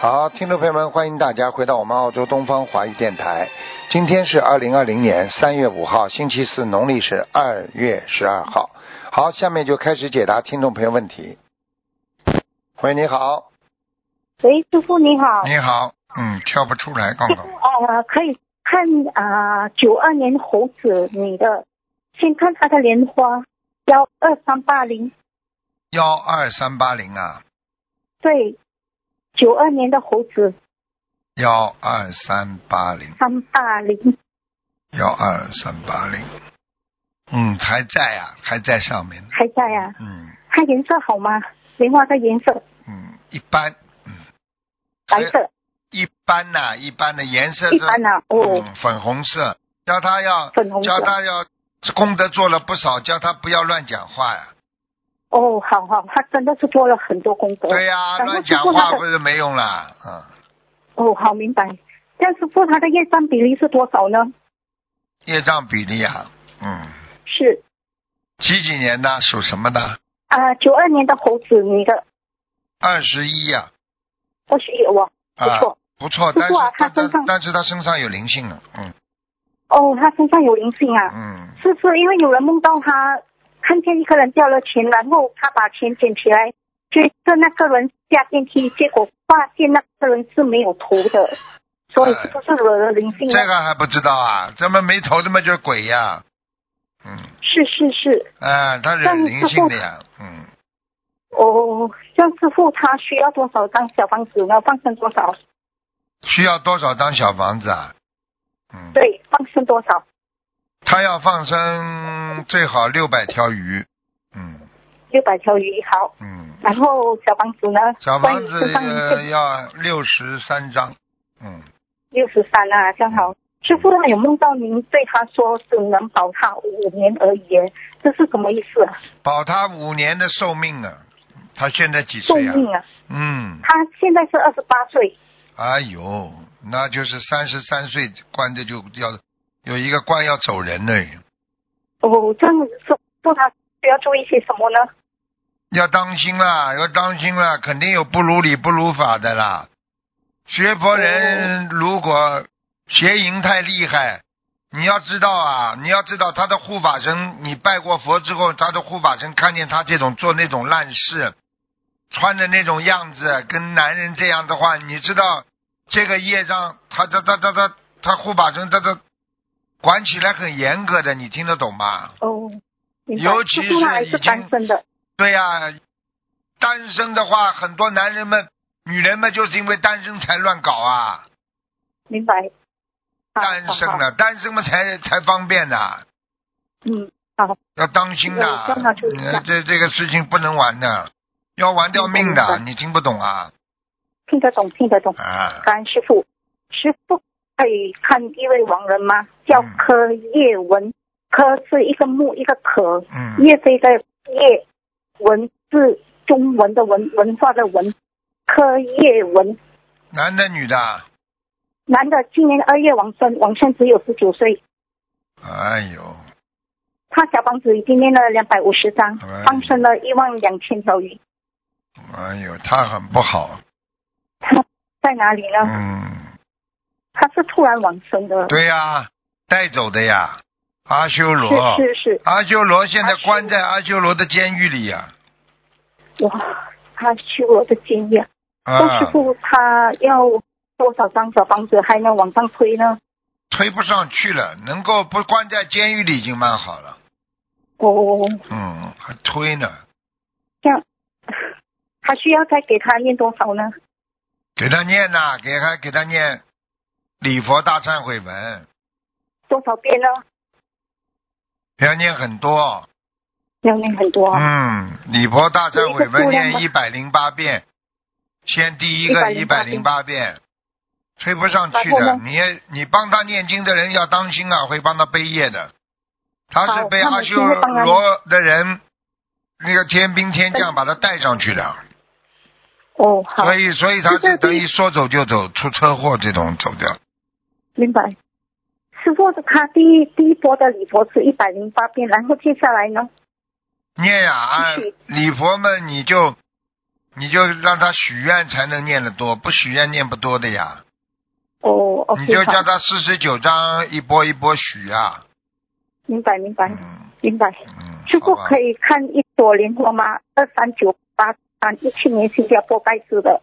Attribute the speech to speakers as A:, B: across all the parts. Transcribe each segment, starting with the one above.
A: 好，听众朋友们，欢迎大家回到我们澳洲东方华语电台。今天是二零二零年三月五号，星期四，农历是二月十二号。好，下面就开始解答听众朋友问题。喂，你好，
B: 喂，师傅你好，
A: 你好，嗯，跳不出来，刚
B: 师
A: 刚
B: 傅呃，可以看啊，九、二年猴子女的，先看她的莲花幺二三八零，
A: 幺二三八零啊，
B: 对，九二年的猴子
A: 幺二三八零，
B: 三八零，
A: 幺二三八零，嗯，还在啊，还在上面呢，
B: 还在啊？
A: 嗯
B: 它颜色好吗？莲花的颜色
A: 嗯，一般，嗯，
B: 白
A: 还
B: 色，
A: 一般呐、一般的颜色
B: 一
A: 是
B: 般啊，哦，
A: 嗯，粉红色，叫他要
B: 粉红色
A: 叫他要功德做了不少，叫他不要乱讲话呀。
B: 哦，好好，他真的是做了很多功德。
A: 对呀、
B: 然后
A: 乱讲
B: 师傅他
A: 话
B: 的
A: 不是没用啦。嗯，
B: 哦，好明白。这样师傅他的业障比例是多少呢？
A: 业障比例啊，嗯，
B: 是
A: 几几年的属什么的？
B: 啊，九、二年的猴子女的，
A: 二十一呀，
B: 我是有啊，不
A: 啊，
B: 错。
A: 不错，
B: 不
A: 但是
B: 错啊
A: 但
B: 他身
A: 但
B: 上
A: 但是他身上有灵性啊，嗯
B: 哦，他身上有灵性啊，
A: 嗯，
B: 是不是因为有人梦到他看见一个人掉了钱，然后他把钱捡起来，追着那个人下电梯，结果发现那个人是没有头的，所以是不是惹了灵性呢？
A: 这个还不知道啊，这么没头的嘛就是鬼呀、嗯，
B: 是是是，
A: 啊，他惹
B: 但是
A: 灵性的呀，嗯，
B: 哦，这样师傅他需要多少张小房子呢？放生多少？
A: 需要多少张小房子啊？嗯，
B: 对，放生多少？
A: 他要放生最好六百条鱼，嗯
B: 六百条鱼好，
A: 嗯，
B: 然后小房子呢？
A: 小
B: 关
A: 房
B: 于
A: 子
B: 身上
A: 呃要六十三张，嗯，
B: 六十三啊，正好。师傅他有梦到您对他说只能保他五年而已耶，这是什么意思啊？
A: 保他五年的寿命啊，他现在几
B: 寿
A: 岁啊？
B: 命啊！
A: 嗯，
B: 他现在是二十八岁，
A: 哎呦，那就是三十三岁关着就要有一个关要走人了，
B: 哦，这样师傅他需要注意些什么呢？
A: 要当心啦，要当心啦，肯定有不如理不如法的啦。学佛人如果邪淫太厉害，你要知道啊，你要知道他的护法神，你拜过佛之后，他的护法神看见他这种做那种烂事，穿的那种样子，跟男人这样的话，你知道这个业障，他他他他他他护法神他他管起来很严格的，你听得懂吗？
B: 哦，明白
A: 尤其
B: 师傅他还
A: 是已
B: 是
A: 经
B: 单身的，
A: 对呀、单身的话，很多男人们、女人们就是因为单身才乱搞啊，
B: 明白？好
A: 单身，
B: 好好
A: 的，单身嘛才才方便的、
B: 嗯，好，
A: 要当心的、
B: 我帮他注意一下
A: 呃这这个事情不能玩的，要玩掉命
B: 明白
A: 的，
B: 明
A: 你听不懂啊
B: 听得懂，听得懂。
A: 啊！
B: 感恩师傅，师傅可以看一位亡人吗？叫
A: 嗯
B: 柯叶文，柯是一个木一个可，
A: 嗯，
B: 叶飞的叶，文是中文的文，文化的文，柯叶文，
A: 男的女的，
B: 男的，今年二月往生，往生只有十九岁，
A: 哎呦，
B: 他小房子已经念了两百五十张
A: 哎，
B: 放生了一万两千条
A: 嗯
B: 鱼，
A: 哎呦，他很不好，
B: 他在哪里呢？
A: 嗯，
B: 他是突然往生的，
A: 对呀、带走的呀，阿修罗，
B: 是是
A: 阿修罗现在
B: 阿修
A: 关在阿修罗的监狱里呀、
B: 是，哇，他去我的经验。
A: 啊，
B: 周师傅他要多少张小房子还能往上推呢？
A: 推不上去了，能够不关在监狱里已经蛮好了。
B: 哦，
A: 嗯，还推呢，
B: 这样还需要再给他念多少呢？
A: 给他念呐、给还给他念礼佛大忏悔文，
B: 多少遍呢？
A: 要念很多。
B: 要念很多啊。
A: 嗯，礼佛大忏悔文
B: 有
A: 念一
B: 一
A: 百零八遍，先第一个一百零八遍，推不上去的。
B: 然后呢
A: 你也你帮他念经的人要当心啊，会帮他背业的。他是
B: 好
A: 被
B: 那
A: 阿
B: 我
A: 修
B: 今天帮他
A: 罗的人那个天兵天将把他带上去的。
B: 哦，好，
A: 所以，所以他
B: 这
A: 就
B: 个
A: 等
B: 对
A: 于说走就走，出车祸这种走掉。
B: 明白。师傅，他第一第一波的礼佛是一百零八遍，然后接下来呢？
A: 念呀、啊
B: 是，
A: 礼佛嘛，你就你就让他许愿才能念得多，不许愿念不多的呀。
B: 哦，OK，
A: 你就
B: 好
A: 叫他四十九章一波一波许啊。
B: 明白明白
A: 嗯
B: 明白。
A: 嗯，
B: 师傅
A: 好吧
B: 可以看一朵莲花吗？二三九八三，一七年新加坡盖制的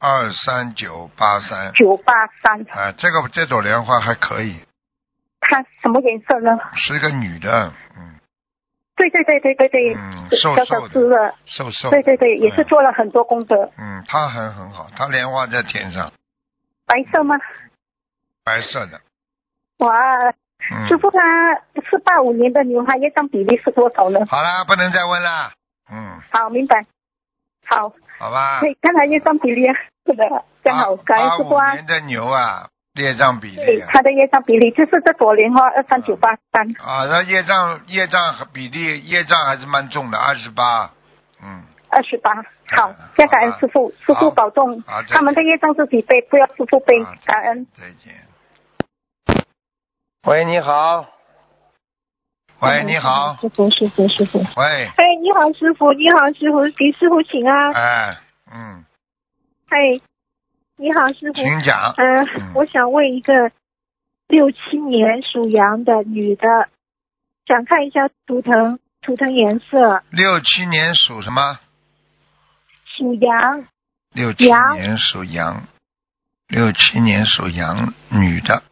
A: 二三九八三，
B: 九八三，
A: 啊，这个这朵莲花还可以，
B: 看什么颜色呢？
A: 是个女的，嗯
B: 对对对对对对，
A: 嗯，瘦
B: 小小
A: 瘦
B: 只
A: 的，
B: 的，
A: 瘦瘦的，
B: 对对对，也是
A: 嗯
B: 做了很多功德。
A: 嗯，它还很好，它莲花在天上，
B: 白色吗？
A: 白色的。
B: 哇，
A: 嗯，
B: 师傅她是八五年的女孩，业障比例是多少 呢？
A: 好啦，不能再问啦。嗯，
B: 好，明白。好，
A: 好吧
B: 可。以看她业障比例啊，是的，正好，感恩
A: 八
B: 师
A: 五
B: 傅啊。
A: 年的牛啊，业障比
B: 对
A: 例，啊，
B: 她的业障比例就是这朵莲
A: 嗯
B: 花二三九八三，
A: 啊，那业障业障和比例业障还是蛮重的，二十八。嗯，
B: 二十八。好
A: 嗯，
B: 再感恩
A: 好吧
B: 师傅，师
A: 好
B: 傅保重
A: 好再。见
B: 他们的业障自己背，不要师傅背
A: 啊。
B: 感恩。。
A: 再见再见。喂，你好。喂，你好。
C: 师傅，师傅，师傅。
A: 喂，
C: 哎，你好，师傅，你好，师傅，给师傅请啊。
A: 哎，嗯，
C: 哎，你好，师傅。
A: 请讲。
B: 呃
C: 嗯、
A: 嗯
C: 我想问一个六七年属羊的女的，想看一下图腾，图腾颜色，
A: 六七年属什么？
C: 属羊，
A: 六七
C: 羊
A: 年属羊，六七年属羊，女的。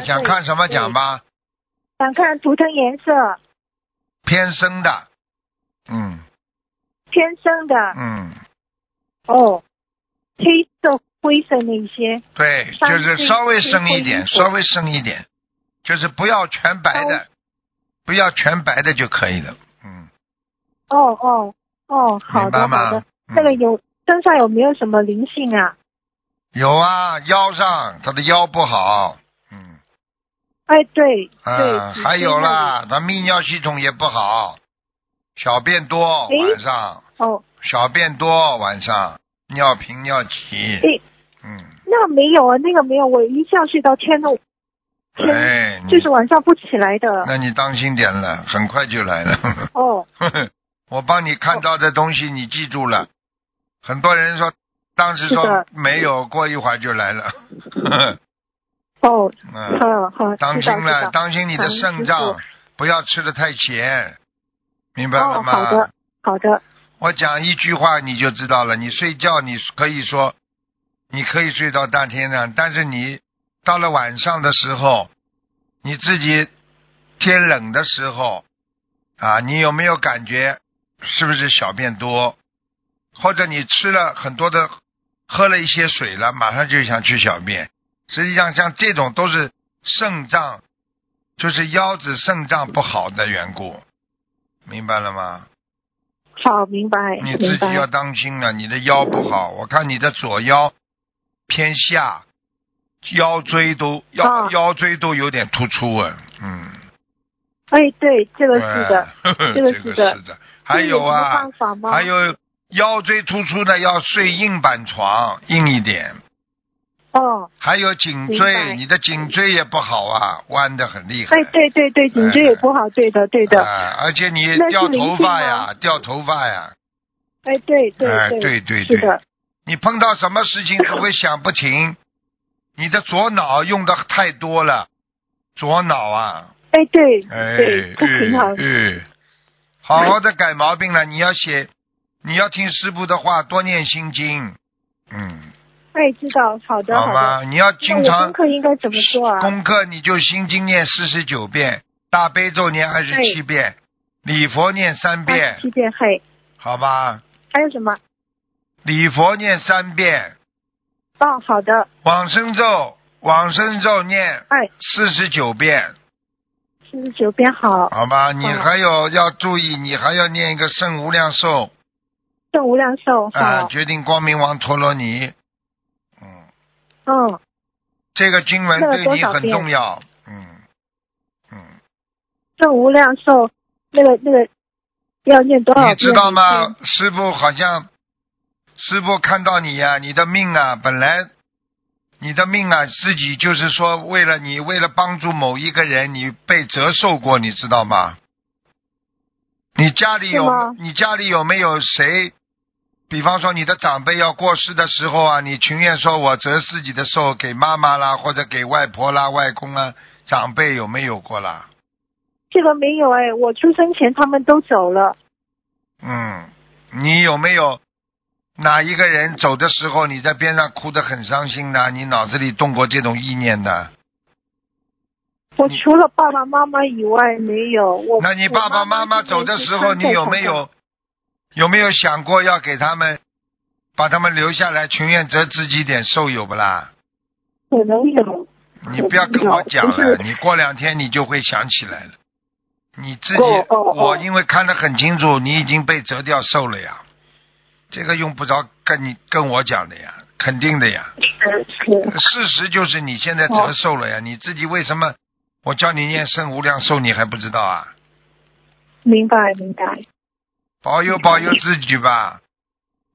C: 女的
A: 想看什么讲吧？
C: 想看图腾颜色，
A: 偏生的，嗯
C: 天生的，
A: 嗯，
C: 哦，黑色、灰色那一些，
A: 对，
C: 上
A: 就是
C: 次
A: 稍微深一点，
C: 是灰
A: 稍微深一点，就是不要全白的，不要全白的就可以了。嗯，
C: 哦哦哦，好
A: 明白
C: 的好
A: 吗
C: 的，？那个
A: 嗯
C: 有身上有没有什么灵性啊？
A: 有啊，腰上他的腰不好，嗯
C: 哎，对，对，
A: 啊，
C: 脊
A: 还有
C: 椎那里。
A: 啦，他泌尿系统也不好，小便多
C: 诶
A: 晚上。
C: 哦，
A: 小便多，晚上尿频尿急
C: 诶。
A: 嗯，
C: 那个没有啊，那个没有，我一觉睡到天都天，
A: 哎，你
C: 就是晚上不起来的。
A: 那你当心点了，很快就来了。
C: 哦，
A: 我帮你看到的东西，你记住了。很多人说，当时
C: 是
A: 说
C: 的
A: 没有，过一会儿就来了。
C: 哦，
A: 嗯，
C: 好好，
A: 当
C: 知道
A: 心
C: 知
A: 了，
C: 道。
A: 当心你的肾
C: 感恩
A: 脏
C: 师，
A: 不要吃的太咸，明白了
C: 哦，
A: 吗？
C: 好的，好的，
A: 我讲一句话你就知道了。你睡觉，你可以说，你可以睡到大天亮，但是你到了晚上的时候，你自己天冷的时候，啊，你有没有感觉是不是小便多？或者你吃了很多的，喝了一些水了，马上就想去小便。实际上，像这种都是肾脏，就是腰子肾脏不好的缘故，明白了吗？
C: 好，明白，
A: 你自
C: 明
A: 己要
C: 白。
A: 当心了，你的腰不好，我看你的左腰偏下，腰椎都腰、
C: 啊
A: 腰椎都有点突出啊，嗯，
C: 哎，对，这个
A: 对，
C: 是的，
A: 这
C: 这个
A: 个是
C: 是的
A: 的，还有
C: 这
A: 啊
C: 什么办，法吗？
A: 还有腰椎突出的要睡硬板床，硬一点，
C: 哦，
A: 还有颈
C: 明
A: 椎，
C: 白
A: 你的颈椎也不好啊，弯的很厉害，
C: 哎，对对对，颈椎也不好，对的对的，
A: 啊而且你
C: 那是
A: 掉
C: 灵
A: 头
C: 性
A: 发
C: 吗
A: 呀，掉头发呀，
C: 哎，对对
A: 哎，
C: 对，
A: 对对
C: 是的，
A: 你碰到什么事情总会想不停，你的左脑用的太多了，左脑啊，
C: 哎，对
A: 哎，
C: 对，不平衡
A: 嗯，嗯，好好的改毛病了。你要写，你要听师傅的话，多念心经，嗯，
C: 哎，知道，好的，
A: 好
C: 好的。
A: 吗？你要
C: 那
A: 经
C: 我
A: 常
C: 功课应该怎么做啊？
A: 功课，你就心经念四十九遍，大悲咒念二十七遍，礼佛念三
C: 二
A: 遍
C: 十，七遍嘿，
A: 好吧？
C: 还有什么？
A: 礼佛念三遍，
C: 哦，好的，
A: 往生咒，往生咒念
C: 哎，
A: 四十九遍，
C: 四十九遍好，
A: 好吧？你
C: 嗯
A: 还有要注意，你还要念一个圣无量寿
C: 正无量寿
A: 啊、
C: 好，
A: 决定光明王陀罗尼。嗯，
C: 嗯，
A: 这个经文
C: 那个
A: 对
C: 多
A: 你
C: 少
A: 很
C: 遍
A: 重要。嗯嗯，
C: 正无量寿那个那个要念多少
A: 你
C: 遍？嗯
A: 知道吗？？师傅好像，师傅看到你呀、你的命啊，本来你的命啊，自己就是说为了你，为了帮助某一个人，你被折寿过，你知道吗？你家里
C: 是吗
A: 有你家里有没有谁比方说你的长辈要过世的时候啊，你情愿说我折自己的寿给妈妈啦，或者给外婆啦、外公啦，长辈有没有过啦？
B: 这个没有哎，我出生前他们都走了，
A: 嗯，你有没有哪一个人走的时候你在边上哭得很伤心的？你脑子里动过这种意念的？
B: 我除了爸爸妈妈以外没有。我
A: 那你爸爸妈妈走的时候，你有没？
B: 我妈妈是
A: 有有没有想过要给他们把他们留下来，情愿折自己点寿有不啦？
B: 可能有，
A: 你不要跟我讲
B: 有
A: 了，
B: 就是
A: 你过两天你就会想起来了。你自己，
B: 哦哦哦
A: 我因为看得很清楚，你已经被折掉寿了呀，这个用不着跟你跟我讲的呀，肯定的呀。
B: 是
A: 事实就是你现在
B: 哦
A: 折寿了呀，你自己为什么我叫你念圣无量寿你还不知道啊？
B: 明白明白。
A: 保佑保佑自己吧。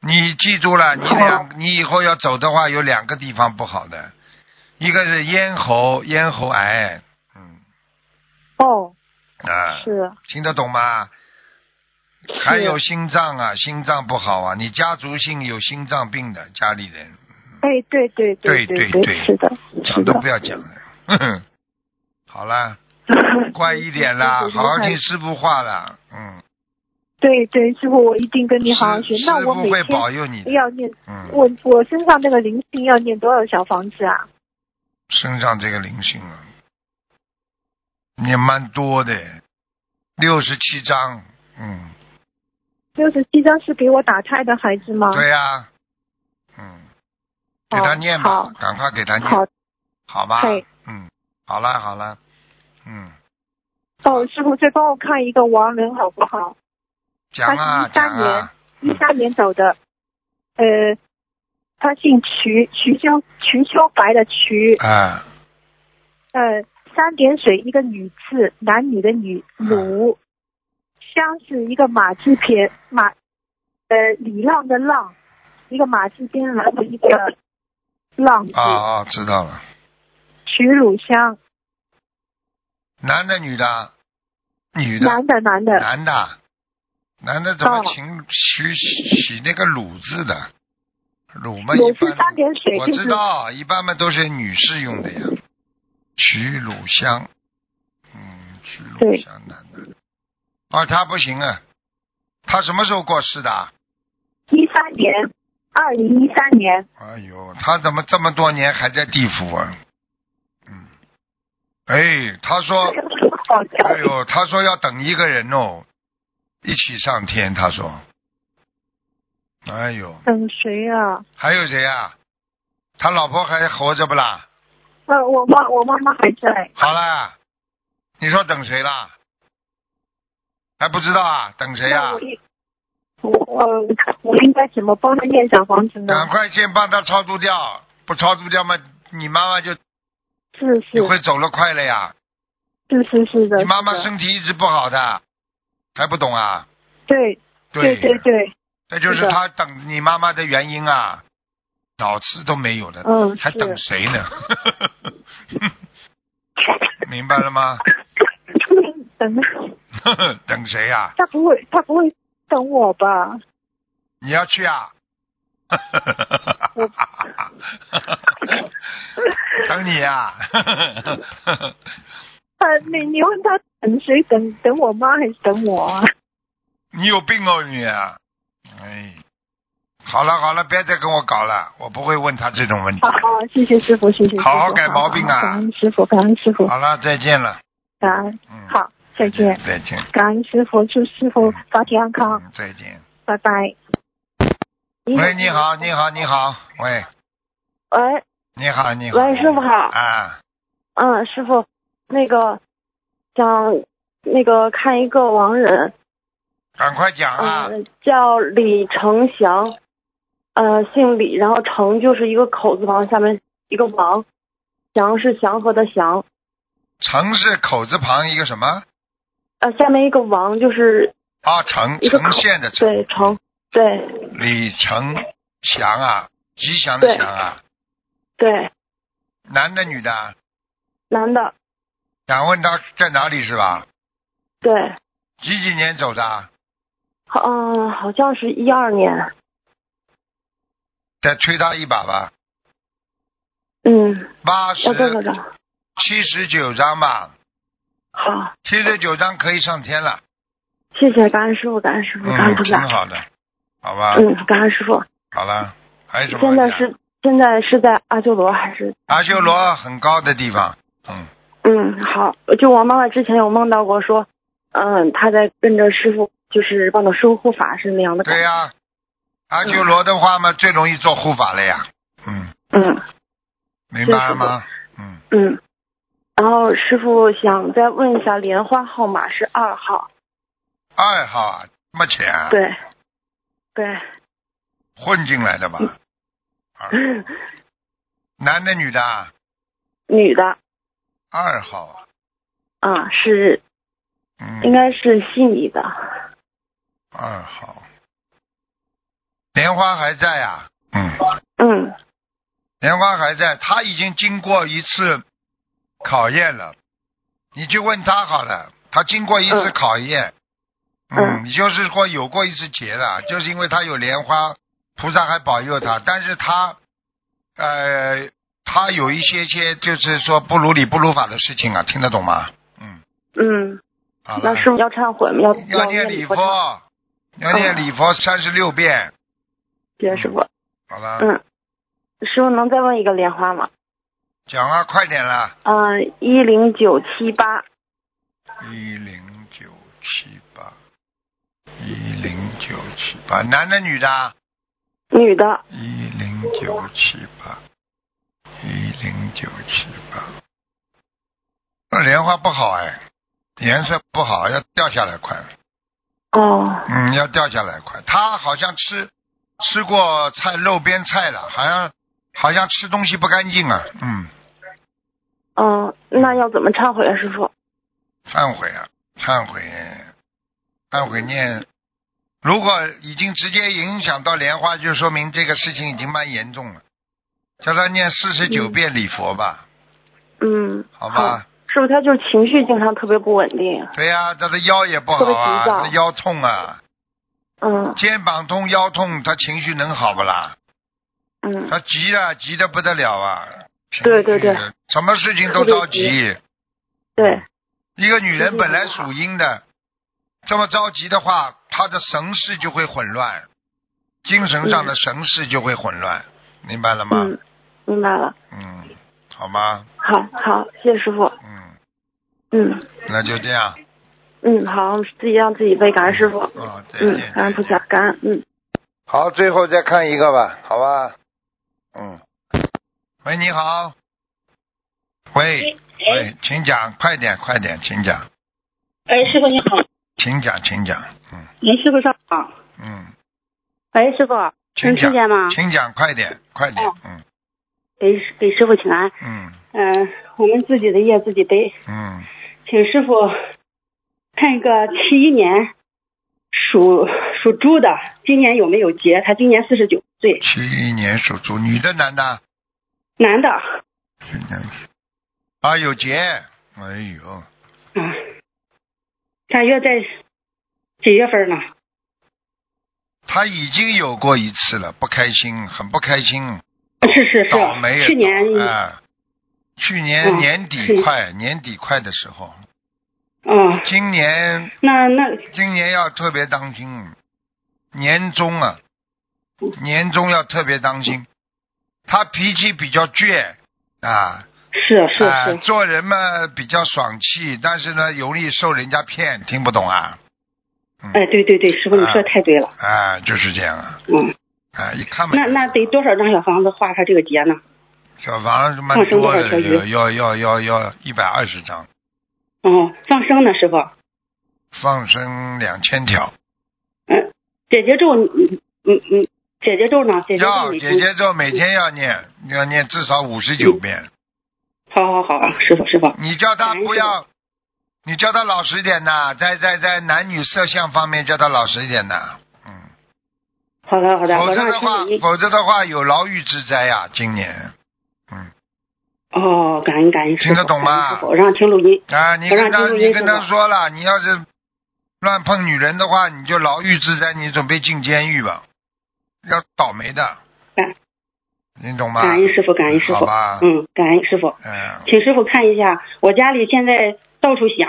A: 你记住了，你两你以后要走的话，有两个地方不好的，一个是咽喉咽喉癌，嗯
B: 哦，
A: 啊，
B: 是
A: 听得懂吗？
B: 是
A: 还有心脏啊，心脏不好啊，你家族性有心脏病的家里人，
B: 哎，对对
A: 对
B: 对
A: 对对
B: 是的，是
A: 讲都
B: 的
A: 不。要讲了。 哼哼，好了，乖一点啦，
B: 嗯
A: 好好听师傅话啦，嗯，
B: 对对，师傅，我一定跟你好好
A: 师
B: 学
A: 师。
B: 那我
A: 傅
B: 每
A: 会
B: 天
A: 保佑你的，
B: 要念，
A: 嗯。
B: 我我身上那个灵性要念多少小房子啊？
A: 身上这个灵性啊，也蛮多的，六十七张，嗯，
B: 六十七张是给我打胎的孩子吗？
A: 对呀、嗯，给他
B: 哦
A: 念吧，
B: 好
A: 赶快给他念，
B: 好哦
A: 好吧
B: 嘿，
A: 嗯，好了好了，嗯，
B: 哦，师傅，再帮我看一个亡人好不好？
A: 讲啊
B: 他是
A: 讲
B: 13
A: 啊，
B: 一三年走的，呃，他姓瞿，瞿秋瞿秋白的瞿，
A: 啊，
B: 呃，三点水一个女字，男女的女，
A: 啊
B: 鲁，香是一个马字撇马，呃，李浪的浪，一个马字边然后一个浪字，
A: 哦哦，知道了，
B: 瞿鲁香，
A: 男的女的，女的，
B: 男的男的，
A: 男的，男的怎么
B: 哦
A: 请取取那个鲁字的？鲁嘛，
B: 也
A: 一
B: 是
A: 般
B: 三点水，
A: 我
B: 就
A: 知
B: 是
A: 道，一般嘛都是女士用的呀，取乳香，嗯，取乳
B: 对
A: 香男的，哦，他不行啊，他什么时候过世的啊？
B: 一三年，二零一三年。
A: 哎呦，他怎么这么多年还在地府啊？嗯，哎，他说，
B: 好的
A: 哎呦，他说要等一个人哦，一起上天，他说，哎呦，
B: 等谁啊？
A: 还有谁啊？他老婆还活着不啦？
B: 呃，我妈，我妈妈还在。
A: 好啦，你说等谁啦？还不知道啊？等谁
B: 那
A: 啊
B: 我？一我呃，我应该怎么帮她念小房子呢？
A: 赶快先帮他超度掉，不超度掉嘛，你妈妈就是你
B: 是
A: 会走了快了呀。
B: 是是是的。
A: 你妈妈
B: 是的
A: 身体一直不好的，还不懂啊？
B: 对对对对，
A: 这就是
B: 的
A: 他等你妈妈的原因啊，脑子都没有了，
B: 嗯，
A: 还
B: 是
A: 等谁呢？ 明白了吗？
B: 等
A: 等谁啊呀、
B: 她不会，她不会等我吧？
A: 你要去啊？
B: 我
A: 等你啊呀、
B: 呃，你你问她等谁？等等我妈还是等我啊？
A: 你有病哦你、哎，好了好了，别再跟我搞了，我不会问他这种问题
B: 好。好，谢谢师傅，谢谢师傅。
A: 好好改毛病啊
B: 感恩师傅，感恩师傅，
A: 好了，再见了。
B: 感恩。
A: 嗯，，
B: 好，再见。
A: 再见。
B: 感恩师傅，祝师傅法体安康，
A: 嗯，再见。
B: 拜拜。
A: 喂，你好，你好，你好，喂，
D: 喂，
A: 你好，你好。
D: 喂，师傅好，
A: 啊，
D: 嗯，师傅，那个想那个看一个亡人，
A: 赶快讲啊！
D: 嗯，叫李成祥，呃，姓李，然后成就是一个口字旁下面一个王，祥是祥和的祥，
A: 城是口字旁一个什么？
D: 呃，下面一个王就是
A: 啊，呈
D: 一个口
A: 呈现的呈。
D: 对成，对
A: 李成祥啊，吉祥的
D: 对
A: 祥啊，
D: 对，
A: 男的女的啊？
D: 男的，
A: 想问他在哪里是吧？
D: 对，
A: 几几年走的啊？
D: 嗯、好像是一二年，
A: 再推他一把吧，
B: 嗯，
A: 八
B: 要多少
A: 十
B: 张？
A: 七十九章吧，
B: 好，
A: 七十九章可以上天了，
B: 谢谢感恩师傅，感恩师傅，感
A: 嗯
B: 恩菩，
A: 挺
B: 萨。
A: 好的，好吧，
B: 嗯，感恩师傅。
A: 好了，还有什么
B: 现在
A: 问题啊？
B: 是现在是在阿修罗还是？
A: 阿修罗很高的地方，嗯，
B: 嗯，好，就我妈妈之前有梦到过说，嗯，她在跟着师傅，就是帮着师傅护法是那样的感
A: 对
B: 觉。
A: 呀、阿修罗的话嘛，最容易做护法了呀，嗯，
B: 嗯
A: 明白了吗？嗯，
B: 嗯。然后师傅想再问一下，莲花号码是二号，
A: 二号啊，这么浅啊，
B: 对，对，
A: 混进来的吧？
B: 嗯
A: 二男的女的啊？
B: 女的，
A: 二号啊，
B: 啊，是
A: 嗯，
B: 应该是悉尼的，
A: 二号。莲花还在啊，嗯，
B: 嗯
A: 莲花还在，他已经经过一次考验了，你就问他好了，他经过一次
B: 嗯
A: 考验，
B: 嗯
A: 你就是说有过一次劫了，就是因为他有莲花，菩萨还保佑他，但是他，呃，他有一些些就是说不如理不如法的事情啊，听得懂吗？嗯，
B: 嗯，
A: 好
B: 那
A: 了，
B: 师傅要忏悔吗？要
A: 要念
B: 礼
A: 礼
B: 佛忏，
A: 佛，要念礼佛三十六遍，
B: 谢谢师傅。
A: 好了，
B: 嗯，师傅能再问一个莲花吗？
A: 讲啊，快点啦。
B: 嗯，一零九七八，
A: 一零九七八，一零九七八，男的女的啊？
B: 女的，
A: 一零九七八，一零九七八。那莲花不好哎，颜色不好，要掉下来快。
B: 哦，
A: 嗯，要掉下来快。他好像吃吃过菜肉边菜了，好像好像吃东西不干净啊。嗯，
B: 嗯，那要怎么忏悔啊，师傅？
A: 忏悔啊，忏悔，忏悔念。如果已经直接影响到莲花，就说明这个事情已经蛮严重了。叫他念四十九遍礼佛吧，
B: 嗯，
A: 好吧？
B: 师傅他就是情绪经常特别不稳定。啊
A: 对呀、他的腰也不好
B: 特别
A: 啊，
B: 急躁
A: 他腰痛啊，
B: 嗯
A: 肩膀痛、腰痛，他情绪能好不啦？
B: 嗯
A: 他急啊，急得不得了啊！
B: 对对对，
A: 什么事情都着急。
B: 对，
A: 一个女人本来属阴的，这么着急的话，她的神识就会混乱，精神上的神识就会混乱，明白了吗？
B: 嗯，明白了。
A: 嗯，好吗？
B: 好好，谢谢师傅。
A: 嗯，
B: 嗯
A: 那就这样。
B: 嗯，好，我们自己让自己背，感恩师傅。
A: 啊，再
B: 嗯
A: 见，。
B: 感恩菩萨，感恩嗯。
A: 好，最后再看一个吧，好吧？嗯。喂，你好。喂，喂，请讲，快点，快点，请讲，
E: 哎，师傅你好，
A: 请讲，请讲。嗯
E: 您是不是好？
A: 嗯，
E: 喂，哎师傅，
A: 请
E: 能
A: 讲
E: 听见吗？
A: 请讲，快点，快点
E: 哦。
A: 嗯
E: 给给师傅请安。
A: 嗯
E: 嗯、我们自己的业自己背，
A: 嗯，
E: 请师傅看一个七一年属属猪的，今年有没有劫？他今年四十九岁，
A: 七一年属猪，女的男的？
E: 男的。
A: 是男的。啊，有劫。哎呦，
E: 嗯，大约在几月份呢？
A: 他已经有过一次了，不开心，很不开心。
E: 是是是
A: 倒霉，也
E: 去年
A: 倒啊，去年
E: 嗯
A: 年底
E: 是
A: 快、年底快的时候，
E: 嗯，
A: 今年
E: 那那
A: 今年要特别当心，年终啊，
E: 嗯
A: 年终要特别当心。他脾气比较倔啊，
E: 是是
A: 啊，
E: 是，
A: 做人嘛比较爽气，但是呢容易受人家骗，听不懂啊
E: 哎，对对对，师傅你说的太对了，
A: 啊，就是这样啊
E: 嗯，
A: 啊，一看嘛
E: 那
A: 就
E: 那得多少张小房子化他这个劫呢？
A: 小房子蛮
E: 放生
A: 多
E: 多少
A: 的，
E: 条鱼
A: 要要要要一百二十张，
E: 哦，放生呢，师傅。
A: 放生两千条。
E: 嗯，姐姐咒，嗯嗯嗯，姐姐咒呢？姐姐咒
A: 要
E: 你嗯
A: 姐姐咒每天要念，要念至少五十九遍。
E: 好好好，师傅师傅。
A: 你叫
E: 感
A: 他
E: 恩
A: 不要，你叫他老实一点呐，在在在男女色相方面叫他老实一点呐，嗯，
E: 好的好的，
A: 否
E: 我
A: 则
E: 让
A: 的话
E: 经理，
A: 否则的话有牢狱之灾呀、今年，嗯
E: 哦，感恩感恩师傅，
A: 听得懂
E: 感
A: 吗
E: 恩师傅我让听录音。
A: 啊，你
E: 我让
A: 跟他
E: 金如
A: 你
E: 意师
A: 跟他
E: 傅
A: 说了，你要是乱碰女人的话，你就牢狱之灾，你准备进监狱吧，要倒霉的，你懂吗？
B: 嗯感恩师傅，感恩师
A: 好
B: 傅
A: 吧，
B: 嗯，感恩师傅，
A: 嗯，
B: 请师傅看一下，我家里现在到处响，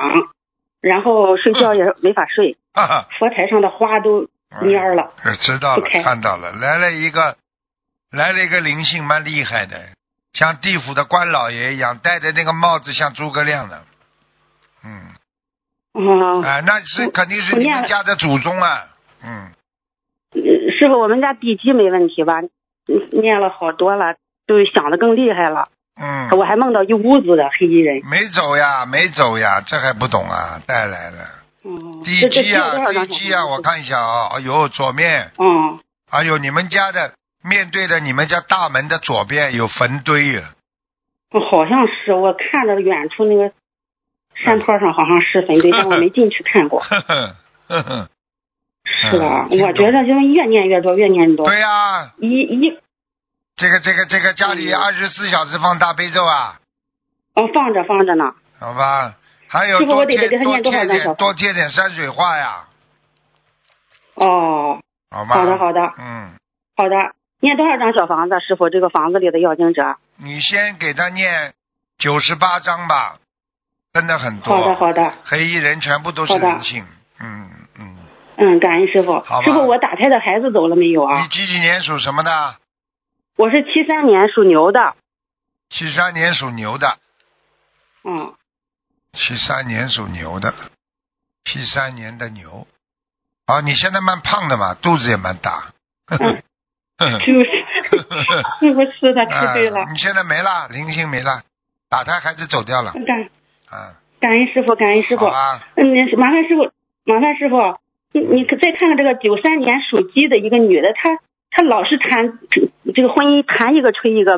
B: 然后睡觉也没法睡，
A: 哈 哈，
B: 佛台上的花都蔫儿了，
A: 嗯知道了
B: OK
A: 看到了，来了一个，来了一个灵性，蛮厉害的，像地府的官老爷一样，戴着那个帽子像诸葛亮的，嗯，
B: 嗯，
A: 啊、那是
B: 我
A: 肯定是
B: 我
A: 你
B: 念
A: 们
B: 了
A: 家的祖宗啊，嗯，
B: 呃师傅，我们家地基没问题吧？嗯念了好多了，就想的更厉害了。
A: 嗯，
B: 我还梦到一屋子的黑衣人。
A: 没走呀，没走呀，这还不懂啊？带来了
B: 嗯，
A: 地
B: 这这
A: 基
B: 需要多
A: 啊，
B: 少张
A: 地
B: 小
A: 基啊，我。看一下啊，哎呦，左面，
B: 嗯，
A: 哎呦，你们家的面对着你们家大门的左边有坟堆呀、
B: 嗯好像是我看着远处那个山坡上好像是坟堆，但我没进去看过。
A: 呵呵呵呵，
B: 是吧？
A: 嗯
B: 我觉得就是越念越多，越念越多。
A: 对呀、啊
B: 一一
A: 这个这个这个家里
B: 嗯
A: 二十四小时放大悲咒啊，
B: 哦，放着放着呢。
A: 好吧？还有
B: 师傅
A: 多
B: 我得
A: 贴
B: 给他
A: 多
B: 念多少
A: 贴
B: 张小
A: 点
B: 房
A: 多贴点山水画呀，
B: 哦，
A: 好吗？
B: 好的好的
A: 嗯，
B: 好的，念多少张小房子？师傅，这个房子里的要经者。
A: 你先给他念九十八章吧，真的很多。
B: 好的好的，
A: 黑衣人全部都是
B: 好的
A: 灵性，嗯嗯。
B: 嗯，感恩师傅
A: 好吧。嗯
B: 师傅，我打胎的孩子走了没有啊？
A: 你几几年属什么的？
B: 我是七三年属牛的，
A: 七三年属牛的，
B: 嗯，
A: 七三年属牛的，七三年的牛。哦，你现在蛮胖的嘛，肚子也蛮大。
B: 嗯 就是，是不是的，吃对了
A: 啊。你现在没了，灵性没了，打胎孩子走掉了。
B: 感
A: 啊，
B: 感恩师傅，感恩师傅
A: 好。啊吧，
B: 嗯，那是麻烦师傅，麻烦师傅，你你可再看看这个九三年属鸡的一个女的，她她老是谈这这个婚姻，谈一个吹一个，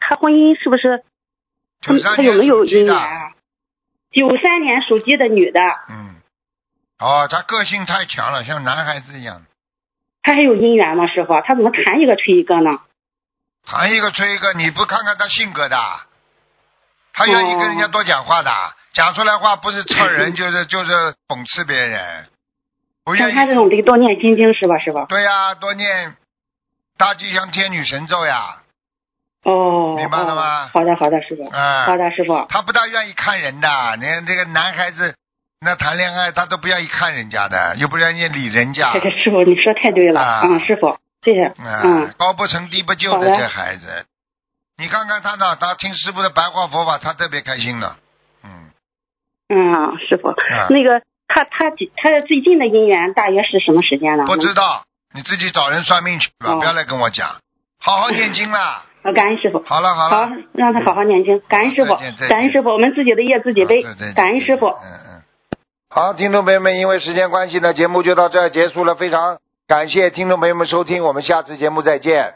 B: 她婚姻是不是？她
A: 九三
B: 她
A: 年
B: 有没有
A: 属鸡
B: 姻
A: 的
B: 缘啊？九三年属鸡的女的，
A: 嗯，哦，他个性太强了，像男孩子一样，
B: 她还有姻缘吗？师傅，她怎么谈一个吹一个呢？
A: 谈一个吹一个，你不看看他性格的，他愿意跟人家多讲话的，
B: 哦
A: 讲出来话不是刺 人就是就是讽刺别人，不
B: 像
A: 愿
B: 她
A: 意。
B: 这种得多念心经是吧，师傅？
A: 对呀、多念大吉祥天女神咒呀，
B: 哦，
A: 明白了吗
B: 哦好的，好的，师傅。
A: 啊、
B: 好的，师傅。
A: 他不大愿意看人的，你看这个男孩子，那谈恋爱他都不愿意看人家的，又不愿意理人家
B: 这，个师傅，你说太对了，
A: 啊
B: 嗯，师傅，谢谢，
A: 啊，
B: 嗯，
A: 高不成低不就
B: 好
A: 的
B: 的
A: 这孩子，你看看他呢，他听师傅的白话佛法，他特别开心呢，嗯，
B: 嗯，师傅，
A: 啊，
B: 那个他他他最近的姻缘大约是什么时间呢？
A: 不知道，你自己找人算命去吧，
B: 哦
A: 不要来跟我讲，好好念经啦，
B: 呃感恩师傅，
A: 好了好了，
B: 让他好好念经，感恩师傅
A: 再见再见，
B: 感恩师傅，我们自己的业自己背
A: 啊对对对，
B: 感恩师傅。
A: 嗯嗯。好，听众朋友们，因为时间关系呢，节目就到这儿结束了。非常感谢听众朋友们收听，我们下次节目再见。